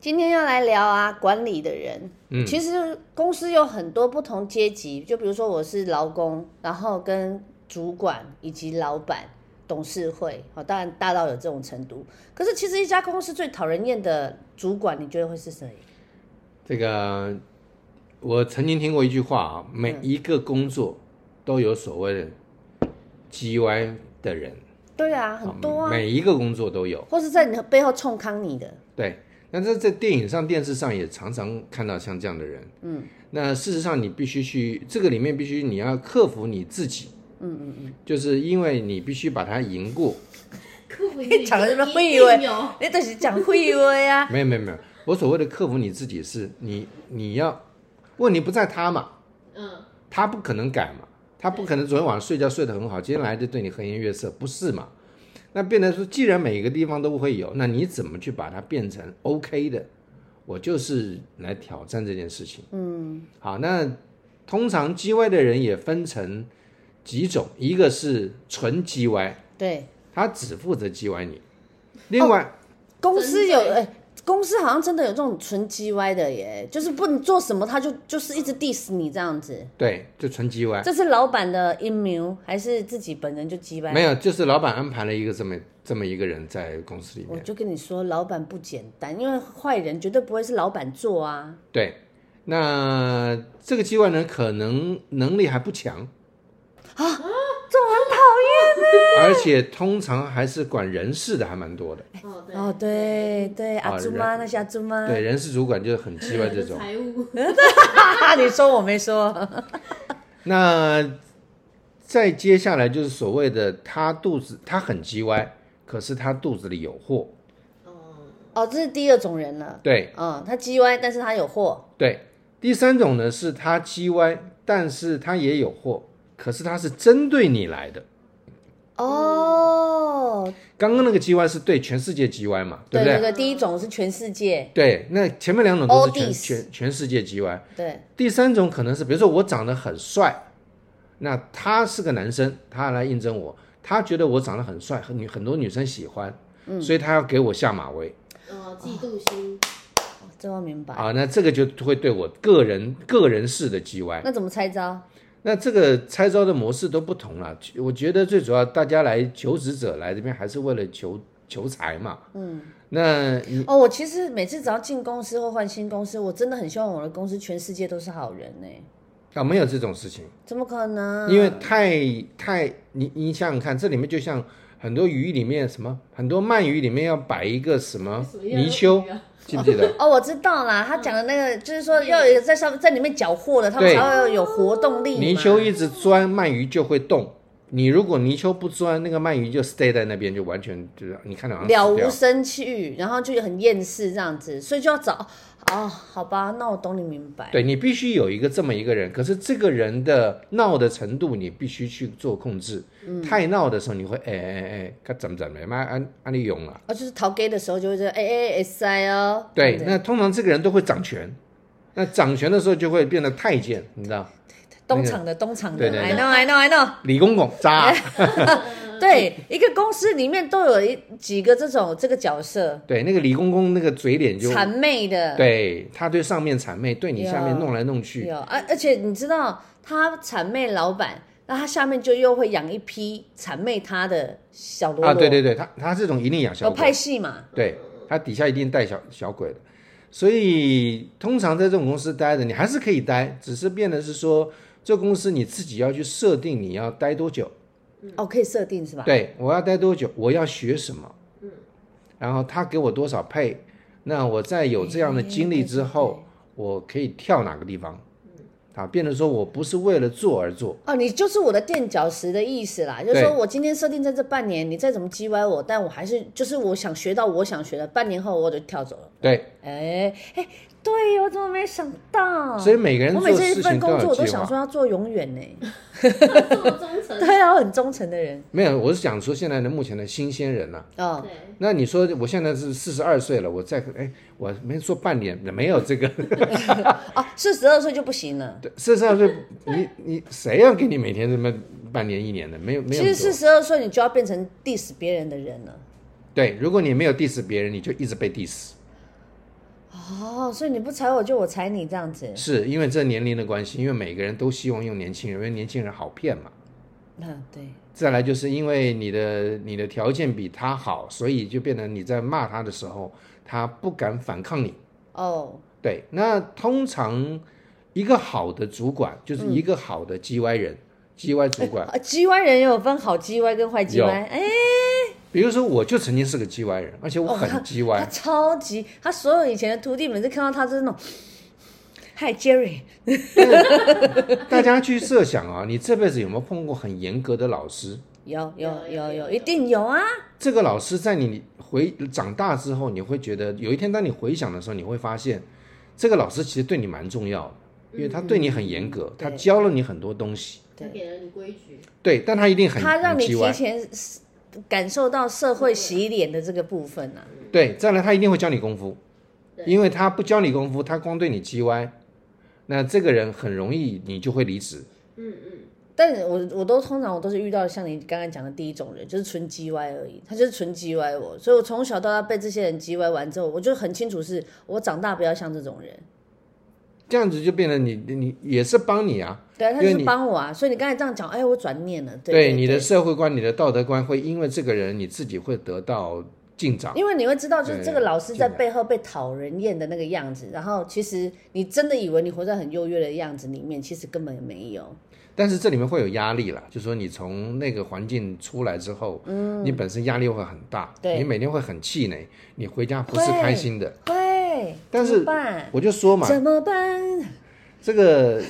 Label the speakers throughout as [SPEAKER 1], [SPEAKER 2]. [SPEAKER 1] 今天要来聊啊，管理的人，
[SPEAKER 2] 嗯
[SPEAKER 1] 其实公司有很多不同阶级，就比如说我是劳工，然后跟主管以及老板、董事会，哦，当然大到有这种程度。可是其实一家公司最讨人厌的主管，你觉得会是谁？
[SPEAKER 2] 这个我曾经听过一句话啊，每一个工作都有所谓的 GY 的人，
[SPEAKER 1] 对啊，很多啊，
[SPEAKER 2] 每一个工作都有。
[SPEAKER 1] 或是在你背后冲康你的，
[SPEAKER 2] 对，那这在电影上、电视上也常常看到像这样的人。嗯，那事实上你必须去这个里面必须你要克服你自己。嗯嗯嗯，就是因为你必须把它赢过。
[SPEAKER 3] 克服
[SPEAKER 1] 你 讲的什么废话你哎就是讲会威啊，
[SPEAKER 2] 没有没有没有，我所谓的克服你自己是你你要问题不在他嘛，
[SPEAKER 3] 嗯，
[SPEAKER 2] 他不可能改嘛，他不可能昨天晚上睡觉睡得很好，今天来就对你和颜悦色，不是嘛？那变成说，既然每个地方都会有，那你怎么去把它变成 OK 的？我就是来挑战这件事情。嗯，好，那通常 GY 的人也分成几种，一个是纯 GY，
[SPEAKER 1] 对，
[SPEAKER 2] 他只负责 GY 你；另外、
[SPEAKER 1] 公司有
[SPEAKER 3] 真的
[SPEAKER 1] 哎、公司好像真的有这种纯 G Y 的耶，就是不你做什么，他就就是一直 diss 你这样子。
[SPEAKER 2] 对，就纯 GY，
[SPEAKER 1] 这是老板的阴谋，还是自己本人就鸡掰？
[SPEAKER 2] 没有，就是老板安排了一个这么这么一个人在公司里
[SPEAKER 1] 我
[SPEAKER 2] 面。
[SPEAKER 1] 就跟你说，老板不简单，因为坏人绝对不会是老板做啊。
[SPEAKER 2] 对，那这个机外人可能能力还不强啊，这很讨厌呢。而且通常还是管人事的还蛮多的，
[SPEAKER 3] 哦对，
[SPEAKER 1] 哦，对对，
[SPEAKER 2] 啊
[SPEAKER 1] 阿朱妈那些阿朱妈，
[SPEAKER 2] 对，人事主管就是很机外这种。
[SPEAKER 3] 财务，
[SPEAKER 1] 哈哈， 你说我没说，
[SPEAKER 2] 那再接下来就是所谓的他肚子他很叽歪，可是他肚子里有货，
[SPEAKER 3] 哦，
[SPEAKER 1] 哦，这是第二种人了。
[SPEAKER 2] 对
[SPEAKER 1] 嗯，他鸡歪，但是他有货，
[SPEAKER 2] 对。第三种呢是他叽歪，但是他也有货，可是他是针对你来的。
[SPEAKER 1] 哦，
[SPEAKER 2] 刚刚那个 G Y 是对全世界 G Y 嘛，
[SPEAKER 1] 对
[SPEAKER 2] 不对？
[SPEAKER 1] 对，第一种是全世界，
[SPEAKER 2] 对，那前面两种都是
[SPEAKER 1] All
[SPEAKER 2] 全
[SPEAKER 1] this
[SPEAKER 2] 全全世界 G Y，
[SPEAKER 1] 对，
[SPEAKER 2] 第三种可能是比如说我长得很帅，那他是个男生，他来应征我，他觉得我长得很帅，很女很多女生喜欢，所以他要给我下马威
[SPEAKER 3] 哦，嫉妒心，
[SPEAKER 1] 哦这我明白。
[SPEAKER 2] 啊，那这个就会对我个人个人式的 G Y，
[SPEAKER 1] 那怎么拆招？
[SPEAKER 2] 那这个拆招的模式都不同了。我觉得最主要大家来求职者来这边还是为了求求财嘛，嗯，那你
[SPEAKER 1] 哦，我其实每次只要进公司或换新公司，我真的很希望我的公司全世界都是好人呢、
[SPEAKER 2] 啊没有这种事情。
[SPEAKER 1] 怎么可能？
[SPEAKER 2] 因为
[SPEAKER 3] 嗯
[SPEAKER 2] 太太，你你想想看，这里面就像很多鱼里面什么，很多鳗鱼里面要摆一个什么
[SPEAKER 3] 什么样的
[SPEAKER 2] 泥鳅
[SPEAKER 3] 鱼啊，
[SPEAKER 2] 记不记 得？
[SPEAKER 1] 哦，我知道啦，他讲的那个就是说要有在上在里面缴获的，他们
[SPEAKER 2] 对
[SPEAKER 1] 才会有活动力嘛。
[SPEAKER 2] 泥鳅一直钻，鳗鱼就会动。你如果泥鳅不钻，那个鳗鱼就 stay 在那边，就完全就是你看到好像
[SPEAKER 1] 了
[SPEAKER 2] 死
[SPEAKER 1] 无
[SPEAKER 2] 掉。
[SPEAKER 1] 生趣，然后就很厌世这样子，所以就要找哦，好吧，那我懂你明白。
[SPEAKER 2] 对你必须有一个这么一个人，可是这个人的闹的程度，你必须去做控制。
[SPEAKER 3] 嗯
[SPEAKER 2] 太闹的时候，你会哎哎哎，该怎么怎么，妈安安利啊用了。
[SPEAKER 1] 哦，就是逃 gay 的时候就会觉得哎哎 S I 哦，
[SPEAKER 2] 对，
[SPEAKER 1] 不
[SPEAKER 2] 那通常这个人都会掌权，那掌权的时候就会变得太监，你知道。
[SPEAKER 1] 东厂的东厂的
[SPEAKER 2] 对对
[SPEAKER 1] ，I
[SPEAKER 2] 对
[SPEAKER 1] know I know I know。
[SPEAKER 2] 李公公 渣，
[SPEAKER 1] 对，一个公司里面都有一几个这种这个角色，
[SPEAKER 2] 对，那个李公公那个嘴脸就，
[SPEAKER 1] 谄媚的，
[SPEAKER 2] 对他对上面谄媚，对你下面弄来弄去，
[SPEAKER 1] 有，而而且你知道，他谄媚老板，那他下面就又会养一批谄媚他的小喽啰
[SPEAKER 2] 啊，对对对，他他这种一定养小
[SPEAKER 1] 有派
[SPEAKER 2] 鬼，
[SPEAKER 1] 系嘛？
[SPEAKER 2] 对他底下一定带小小鬼的，所以通常在这种公司待着，你还是可以待，只是变的是说，这公司你自己要去设定你要待多久，
[SPEAKER 1] 哦，可以设定是吧？
[SPEAKER 2] 对我要待多久，我要学什么，
[SPEAKER 1] 嗯
[SPEAKER 2] 然后他给我多少配，那我在有这样的经历之
[SPEAKER 1] 嗯
[SPEAKER 2] 后，我可以跳哪个地方，啊，变得说我不是为了做而做。
[SPEAKER 1] 哦，你就是我的垫脚石的意思啦，就是
[SPEAKER 2] 对
[SPEAKER 1] 说我今天设定在这半年，你再怎么击歪我，但我还是就是我想学到我想学的，半年后我就跳走了。
[SPEAKER 2] 对，
[SPEAKER 1] 哎哎，对我怎么没想到？
[SPEAKER 2] 所以每个人
[SPEAKER 1] 哦我
[SPEAKER 2] 做
[SPEAKER 1] 每
[SPEAKER 2] 的
[SPEAKER 1] 次一
[SPEAKER 2] 事
[SPEAKER 1] 份
[SPEAKER 2] 情
[SPEAKER 1] 工作
[SPEAKER 2] 有
[SPEAKER 1] 我都
[SPEAKER 2] 计
[SPEAKER 1] 想说
[SPEAKER 2] 划。
[SPEAKER 1] 要做永远呢。
[SPEAKER 3] 这么忠诚，
[SPEAKER 1] 对啊，我很忠诚的人。
[SPEAKER 2] 没有，我是想说现在的目前的新鲜人呐、
[SPEAKER 1] 哦，
[SPEAKER 3] 对，
[SPEAKER 2] 那你说我现在是四十二岁了，我再哎，我没做半年，没有这个
[SPEAKER 1] 哦，四十二岁就不行了。
[SPEAKER 2] 四十二岁，你你谁要给你每天这么半年一年的？没有没有
[SPEAKER 1] 其
[SPEAKER 2] 那么
[SPEAKER 1] 实四
[SPEAKER 2] 多。
[SPEAKER 1] 十二岁你就要变成 diss 别人的人了。
[SPEAKER 2] 对，如果你没有 diss 别人，你就一直被 diss。
[SPEAKER 1] 哦，所以你不踩我就我踩你这样子，
[SPEAKER 2] 是因为这年龄的关系，因为每个人都希望用年轻人，因为年轻人好骗嘛。
[SPEAKER 1] 嗯，对，
[SPEAKER 2] 再来就是因为你的你的条件比他好，所以就变成你在骂他的时候，他不敢反抗你。
[SPEAKER 1] 哦，
[SPEAKER 2] 对，那通常一个好的主管就是
[SPEAKER 1] 嗯
[SPEAKER 2] 一个好的 GY 人、g y 主管。
[SPEAKER 1] 啊，G Y 人也有分好 G Y 跟坏 G
[SPEAKER 2] 有
[SPEAKER 1] Y，哎，
[SPEAKER 2] 比如说，我就曾经是个 GY 人，而且我
[SPEAKER 1] 哦
[SPEAKER 2] 很
[SPEAKER 1] 他
[SPEAKER 2] GY，、
[SPEAKER 1] 他超级，他所有以前的徒弟每次看到他就是那种嗨 Jerry，
[SPEAKER 2] 大家去设想啊，你这辈子有没有碰过很严格的老师？
[SPEAKER 1] 有有
[SPEAKER 3] 有
[SPEAKER 1] 有
[SPEAKER 3] 有
[SPEAKER 1] 有，
[SPEAKER 3] 有
[SPEAKER 1] 一定有啊，
[SPEAKER 2] 这个老师在你回长大之后，你会觉得有一天当你回想的时候，你会发现，这个老师其实对你蛮重要的，因为他对你很严格，他
[SPEAKER 1] 嗯对
[SPEAKER 2] 教了你很多东西。
[SPEAKER 3] 他
[SPEAKER 1] 对，
[SPEAKER 3] 给了你规矩，
[SPEAKER 2] 对，但他一定很
[SPEAKER 1] 他让
[SPEAKER 2] 很
[SPEAKER 1] 你
[SPEAKER 2] 叽
[SPEAKER 1] 提
[SPEAKER 2] 歪。
[SPEAKER 1] 前感受到社会洗脸的这个部分啊，
[SPEAKER 2] 对，再来他一定会教你功夫，
[SPEAKER 3] 对
[SPEAKER 2] 因为他不教你功夫，他光对你叽歪，那这个人很容易你就会离职。
[SPEAKER 3] 嗯嗯，
[SPEAKER 1] 但我我都通常我都是遇到像你刚才讲的第一种人，就是纯 G Y 而已，他就是纯 G Y 我，所以我从小到大被这些人 G Y 完之后，我就很清楚是我长大不要像这种人。
[SPEAKER 2] 这样子就变成你你你也是帮你啊，
[SPEAKER 1] 对啊，他
[SPEAKER 2] 因
[SPEAKER 1] 就
[SPEAKER 2] 为
[SPEAKER 1] 是
[SPEAKER 2] 你
[SPEAKER 1] 帮我啊，所以你刚才这样讲，哎，我转念了，对
[SPEAKER 2] 你的社会观、你的道德观会因为这个人你自己会得到进展。
[SPEAKER 1] 因为你会知道，就是
[SPEAKER 2] 对
[SPEAKER 1] 这个老师在
[SPEAKER 2] 进来
[SPEAKER 1] 背后被讨人厌的那个样子，然后其实你真的以为你活在很优越的样子里面，其实根本没有。
[SPEAKER 2] 但是这里面会有压力啦，就说你从那个环境出来之后，嗯，你本身压力会很大，
[SPEAKER 1] 对
[SPEAKER 2] 你每天会很气馁，你回家不是开心的。
[SPEAKER 1] 会，
[SPEAKER 2] 但
[SPEAKER 1] 怎
[SPEAKER 2] 是
[SPEAKER 1] 么办？
[SPEAKER 2] 我就说嘛，
[SPEAKER 1] 怎么办？
[SPEAKER 2] 这个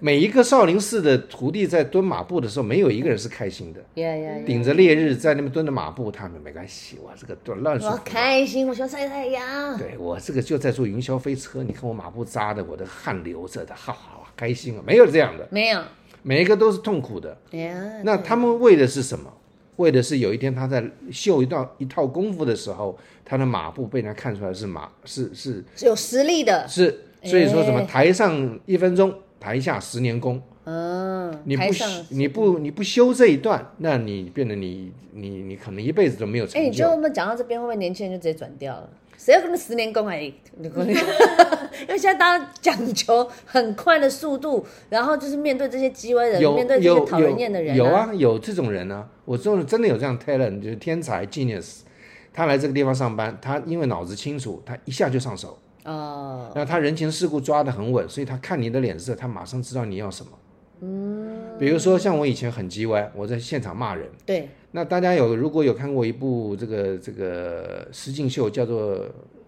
[SPEAKER 2] 每一个少林寺的徒弟在蹲马步的时候，没有一个人是开心的，
[SPEAKER 1] 呀呀呀！
[SPEAKER 2] 顶着烈日在那边蹲着马步，他们没关系，我这个蹲乱说
[SPEAKER 1] 我。开心，我喜欢晒太阳。
[SPEAKER 2] 对我这个就在坐云霄飞车，你看我马步扎的，我的汗流着的，哈哈，开心啊，没有这样的，
[SPEAKER 1] 没有，
[SPEAKER 2] 每一个都是痛苦的。
[SPEAKER 1] 哎呀，
[SPEAKER 2] 那他们为的是什么？为的是有一天他在秀一道一套功夫的时候，他的马步被人家看出来是马是是
[SPEAKER 1] 是有实力的，
[SPEAKER 2] 是，所以说什么
[SPEAKER 1] 哎
[SPEAKER 2] 台上一分钟，台下十年功。
[SPEAKER 1] 嗯，
[SPEAKER 2] 你
[SPEAKER 1] 台
[SPEAKER 2] 不
[SPEAKER 1] 上，
[SPEAKER 2] 你不你不修这一段，那你变得你你你可能一辈子都没有
[SPEAKER 1] 哎，
[SPEAKER 2] 成
[SPEAKER 1] 你觉得
[SPEAKER 2] 就。
[SPEAKER 1] 我们讲到这边，会不会年轻人就直接转掉了？谁要跟他十年功啊？你 因为现在大家讲求很快的速度，然后就是面对这些叽歪人，
[SPEAKER 2] 有
[SPEAKER 1] 面对这些
[SPEAKER 2] 有
[SPEAKER 1] 讨人厌的人、
[SPEAKER 2] 有有，啊，有这种人啊，我这种真的有这样 talent，就是天才 genius。他来这个地方上班，他因为脑子清楚，他一下就上手。
[SPEAKER 1] 哦，
[SPEAKER 2] 那他人情世故抓得很稳，所以他看你的脸色，他马上知道你要什么。嗯，比如说像我以前很叽歪，我在现场骂人。
[SPEAKER 1] 对，
[SPEAKER 2] 那大家有如果有看过一部这个这个实境秀，叫做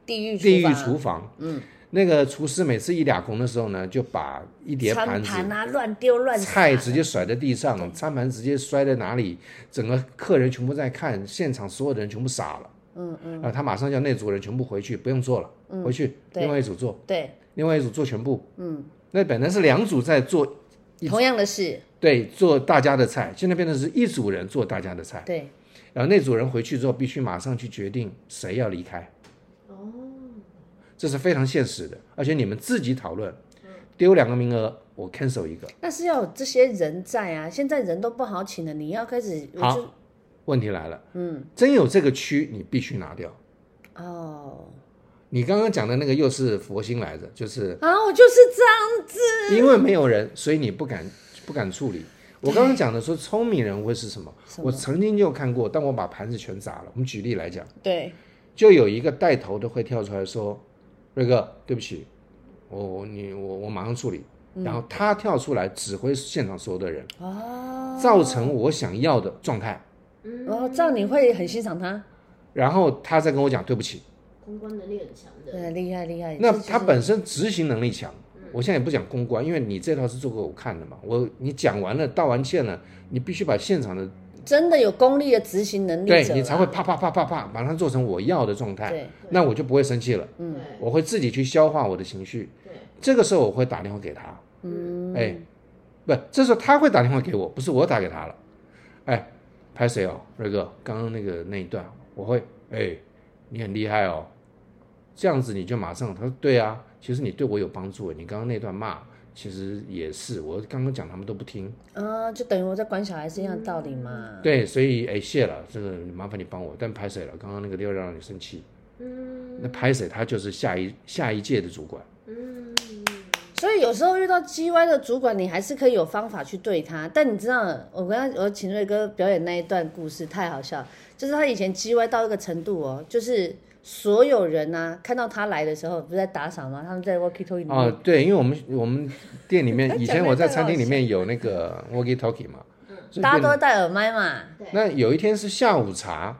[SPEAKER 1] 地狱
[SPEAKER 2] 《地狱
[SPEAKER 1] 房
[SPEAKER 2] 厨房》。嗯，那个厨师每次一俩空的时候呢，就把一碟
[SPEAKER 1] 餐
[SPEAKER 2] 盘子、
[SPEAKER 1] 盘啊，乱丢乱撒
[SPEAKER 2] 菜直接甩在地上，餐盘直接摔在哪里，整个客人全部在看，现场所有的人全部傻了。嗯嗯，啊，他马上叫那组人全部回去，不用做了，回去
[SPEAKER 1] 对
[SPEAKER 2] 另外一组做，
[SPEAKER 1] 对，
[SPEAKER 2] 另外一组做全部。嗯，那本来是两组在做，一
[SPEAKER 1] 同样的事，
[SPEAKER 2] 对，做大家的菜，现在变成是一组人做大家的菜，
[SPEAKER 1] 对，
[SPEAKER 2] 然后那组人回去之后必须马上去决定谁要离开。
[SPEAKER 3] 哦，
[SPEAKER 2] 这是非常现实的，而且你们自己讨论，丢两个名额，我 cancel 一个。
[SPEAKER 1] 那是要有这些人在啊。现在人都不好请了，你要开始我就
[SPEAKER 2] 好，问题来了，嗯，真有这个区，你必须拿掉。
[SPEAKER 1] 哦
[SPEAKER 2] 你刚刚讲的那个又是佛心来着，就是
[SPEAKER 1] 啊，我就是这样子，
[SPEAKER 2] 因为没有人，所以你不敢不敢处理。我刚刚讲的说聪明人会是什么？
[SPEAKER 1] 什
[SPEAKER 2] 我曾经就看过，当我把盘子全砸了，我们举例来讲，
[SPEAKER 1] 对，
[SPEAKER 2] 就有一个带头的会跳出来说：“瑞哥，对不起，我我你我我马上处理。”
[SPEAKER 1] 嗯
[SPEAKER 2] 然后他跳出来指挥现场所有的人。
[SPEAKER 1] 哦，
[SPEAKER 2] 造成我想要的状态，
[SPEAKER 3] 嗯，
[SPEAKER 1] 哦，这样你会很欣赏他，
[SPEAKER 2] 然后他再跟我讲对不起。
[SPEAKER 3] 公关能力很强的，
[SPEAKER 1] 对，嗯厉害厉害。
[SPEAKER 2] 那
[SPEAKER 1] 这就是
[SPEAKER 2] 他本身执行能力强，我现在也不讲公关，因为你这套是做给我看的嘛。我你讲完了，道完歉了，你必须把现场的
[SPEAKER 1] 真的有功力的执行能力者
[SPEAKER 2] 对
[SPEAKER 1] 啦，
[SPEAKER 2] 你才会啪啪啪啪啪把它做成我要的状态，
[SPEAKER 1] 对
[SPEAKER 2] 那我就不会生气了，
[SPEAKER 3] 嗯，
[SPEAKER 2] 我会自己去消化我的情绪。
[SPEAKER 3] 对，
[SPEAKER 2] 这个时候我会打电话给他，
[SPEAKER 1] 嗯，
[SPEAKER 2] 哎，不，这时候他会打电话给我，不是我打给他了。哎，拍谁哦，瑞哥，刚刚那个那一段，我会，哎，你很厉害哦。这样子你就马上，他说对啊，其实你对我有帮助，你刚刚那段骂，其实也是我刚刚讲他们都不听，
[SPEAKER 1] 啊，就等于我在管小孩是一样的道理
[SPEAKER 2] 嗯
[SPEAKER 1] 嘛。
[SPEAKER 2] 对，所以哎谢了，这个麻烦你帮我，但拍谁了，刚刚那个又让你生气，
[SPEAKER 3] 嗯，
[SPEAKER 2] 那拍谁他就是下一下一届的主管。
[SPEAKER 3] 嗯，
[SPEAKER 1] 所以有时候遇到 G Y 的主管，你还是可以有方法去对他。但你知道，我跟他我请瑞哥表演那一段故事太好笑了，就是他以前 G Y 到一个程度哦，就是所有人啊看到他来的时候，不是在打赏吗？他们在 walkie talkie 里面
[SPEAKER 2] 哦，对，因为我们我们店里 面
[SPEAKER 1] 讲
[SPEAKER 2] 以前我
[SPEAKER 1] 得
[SPEAKER 2] 在
[SPEAKER 1] 太
[SPEAKER 2] 餐厅
[SPEAKER 1] 好
[SPEAKER 2] 里面有那个 walkie talkie 嘛，所以
[SPEAKER 1] 大家
[SPEAKER 2] 变
[SPEAKER 1] 都戴耳麦嘛，
[SPEAKER 3] 对，
[SPEAKER 2] 那有一天是下午茶，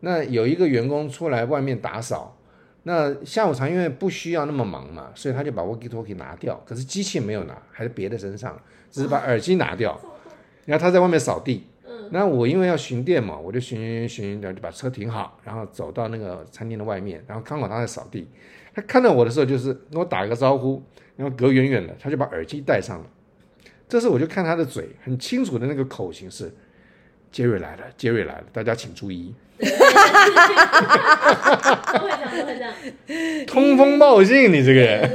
[SPEAKER 2] 那有一个员工出来外面打扫，那下午茶因为不需要那么忙嘛，所以他就把 walkie talkie 拿掉，可是机器没有拿，还是别的身上，只是把耳机拿掉，然后他在外面扫地。那我因为要巡店嘛，我就巡巡巡巡，然后就把车停好，然后走到那个餐厅的外面，然后刚好他在扫地，他看到我的时候就是跟我打个招呼，然后隔远远的，他就把耳机戴上了。这时候我就看他的嘴，很清楚的那个口型是杰瑞来了，杰瑞来了，大家请注意，
[SPEAKER 3] 都会这样，都会这样，
[SPEAKER 2] 通风报信，你这 个人。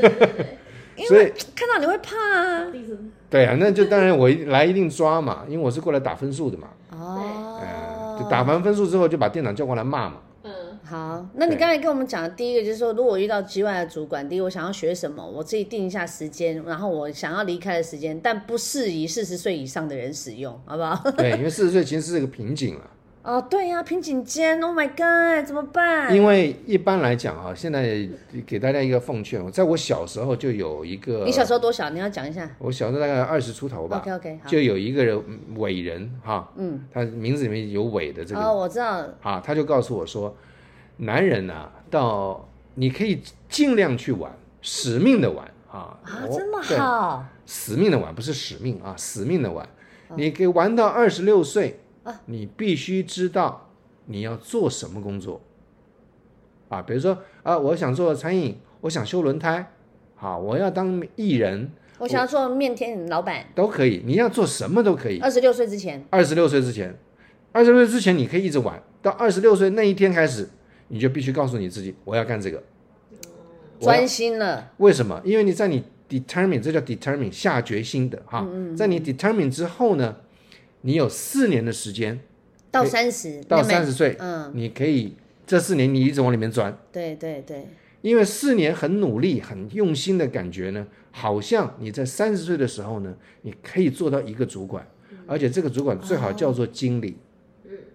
[SPEAKER 1] 因
[SPEAKER 2] 所以
[SPEAKER 1] 为看到你会怕啊。
[SPEAKER 3] 第一次
[SPEAKER 2] 对啊，那就当然我一来一定抓嘛，因为我是过来打分数的嘛。啊
[SPEAKER 1] 哦，
[SPEAKER 2] 就打完分数之后就把店长叫过来 骂嘛。
[SPEAKER 3] 嗯，
[SPEAKER 1] 好，那你
[SPEAKER 2] 对
[SPEAKER 1] 刚才跟我们讲的第一个就是说，如果我遇到 G 外的主管，第一我想要学什么，我自己定一下时间，然后我想要离开的时间，但不适宜四十岁以上的人使用，好不好？
[SPEAKER 2] 对，因为四十岁其实是个瓶颈啊了、
[SPEAKER 1] 哦，对呀、瓶颈间，Oh my God，怎么办？
[SPEAKER 2] 因
[SPEAKER 1] 为
[SPEAKER 2] 为一般来讲啊，现在给大家一个奉劝，我在我小时候就有一个，
[SPEAKER 1] 你小时候多小？你要讲一下。
[SPEAKER 2] 我小时候大概二十出头吧
[SPEAKER 1] OK OK，好。
[SPEAKER 2] 就有一个人伟人哈，嗯，他名字里面有伟的这个
[SPEAKER 1] 哦，我知道，
[SPEAKER 2] 啊，他就告诉我说，男人呐、到你可以尽量去玩，使命的玩啊，
[SPEAKER 1] 啊，
[SPEAKER 2] 我
[SPEAKER 1] 这么
[SPEAKER 2] 对
[SPEAKER 1] 好
[SPEAKER 2] 死命的玩，不是使命啊，死命的玩。
[SPEAKER 1] 嗯
[SPEAKER 2] 你给玩到二十六岁，你必须知道你要做什么工作啊。比如说啊，我想做餐饮，我想修轮胎，啊，我要当艺人
[SPEAKER 1] 我想要做面店老板，
[SPEAKER 2] 都可以，你要做什么都可以。
[SPEAKER 1] 二十六岁之前，
[SPEAKER 2] 二十六岁之前，二十六岁之前你可以一直玩，到二十六岁那一天开始，你就必须告诉你自己，我要干这个。我要
[SPEAKER 1] 专心了，
[SPEAKER 2] 为什么？因为你在你 determine，这叫 determine，下决心的哈。
[SPEAKER 1] 嗯
[SPEAKER 2] 在你 determine 之后呢，你有四年的时间，
[SPEAKER 1] 到三十，
[SPEAKER 2] 到
[SPEAKER 1] 慢慢
[SPEAKER 2] 三十岁，
[SPEAKER 1] 嗯，
[SPEAKER 2] 你可以这四年你一直往里面钻，
[SPEAKER 1] 对对对，
[SPEAKER 2] 因为四年很努力、很用心的感觉呢，好像你在三十岁的时候呢，你可以做到一个主管，
[SPEAKER 1] 嗯
[SPEAKER 2] 而且这个主管最好叫做经理。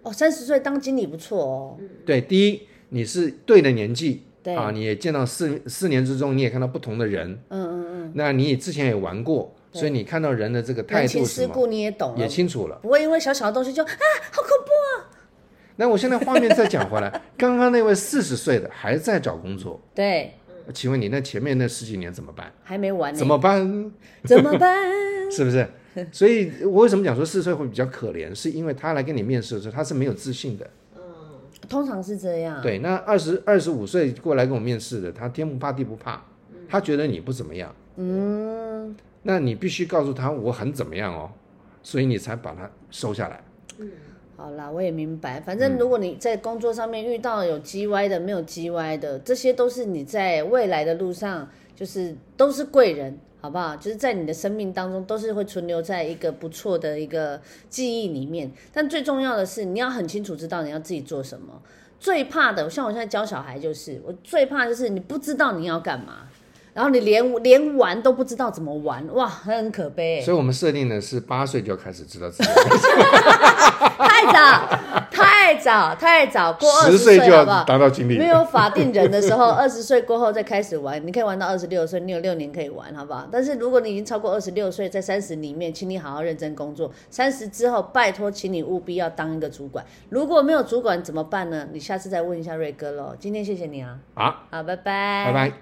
[SPEAKER 1] 哦，三十岁当经理不错哦，
[SPEAKER 2] 对，第一你是对的年纪。
[SPEAKER 1] 对
[SPEAKER 2] 啊，你也见到四四年之中，你也看到不同的人，
[SPEAKER 1] 嗯嗯嗯，
[SPEAKER 2] 那你也之前也玩过，
[SPEAKER 1] 对
[SPEAKER 2] 所以你看到人的这个态
[SPEAKER 1] 人
[SPEAKER 2] 度
[SPEAKER 1] 情
[SPEAKER 2] 是
[SPEAKER 1] 世
[SPEAKER 2] 吗？
[SPEAKER 1] 故你也懂
[SPEAKER 2] 也
[SPEAKER 1] 了，
[SPEAKER 2] 清楚了。
[SPEAKER 1] 不会因为小小的东西就啊，好恐怖，
[SPEAKER 2] 那我现在画面再讲 回来，刚刚那位四十岁的还在找工作，
[SPEAKER 1] 对，
[SPEAKER 2] 请问你那前面那十几年怎么办？
[SPEAKER 1] 还没完呢，
[SPEAKER 2] 怎么办？
[SPEAKER 1] 怎么办？
[SPEAKER 2] 是不是？所以我为什么讲说四十岁会比较可怜，是因为他来跟你面试的时候他是没有自信的。
[SPEAKER 3] 嗯
[SPEAKER 1] 通常是这样，
[SPEAKER 2] 对，那二十二十五岁过来跟我面试的，他天不怕地不怕，他觉得你不怎么样，
[SPEAKER 1] 嗯，
[SPEAKER 2] 那你必须告诉他我很怎么样哦，所以你才把他收下来。
[SPEAKER 1] 好啦，我也明白。反
[SPEAKER 2] 嗯
[SPEAKER 1] 正如果你在工作上面遇到有 G Y 的，没有 G Y 的，这些都是你在未来的路上，就是都是贵人，好不好？就是在你的生命当中，都是会存留在一个不错的一个记忆里面。但最重要的是，你要很清楚知道你要自己做什么。最怕的，像我现在教小孩，就是我最怕就是你不知道你要干嘛，然后你连连玩都不知道怎么玩，哇，很可悲、欸。
[SPEAKER 2] 所以我们设定的是八岁就要开始知道自己，
[SPEAKER 1] 太早，太早，太早，过二
[SPEAKER 2] 十岁
[SPEAKER 1] 岁
[SPEAKER 2] 就
[SPEAKER 1] 好
[SPEAKER 2] 要
[SPEAKER 1] 不好？
[SPEAKER 2] 达到经理。
[SPEAKER 1] 没有法定人的时候， 二十岁过后再开始玩，你可以玩到二十六岁，你有六年可以玩，好不好？但是如果你已经超过二十六岁，在三十里面，请你好好认真工作。三十之后，拜托，请你务必要当一个主管。如果没有主管怎么办呢？你下次再问一下瑞哥喽。今天谢谢你啊，
[SPEAKER 2] 好，
[SPEAKER 1] 好，拜拜，
[SPEAKER 2] 拜拜。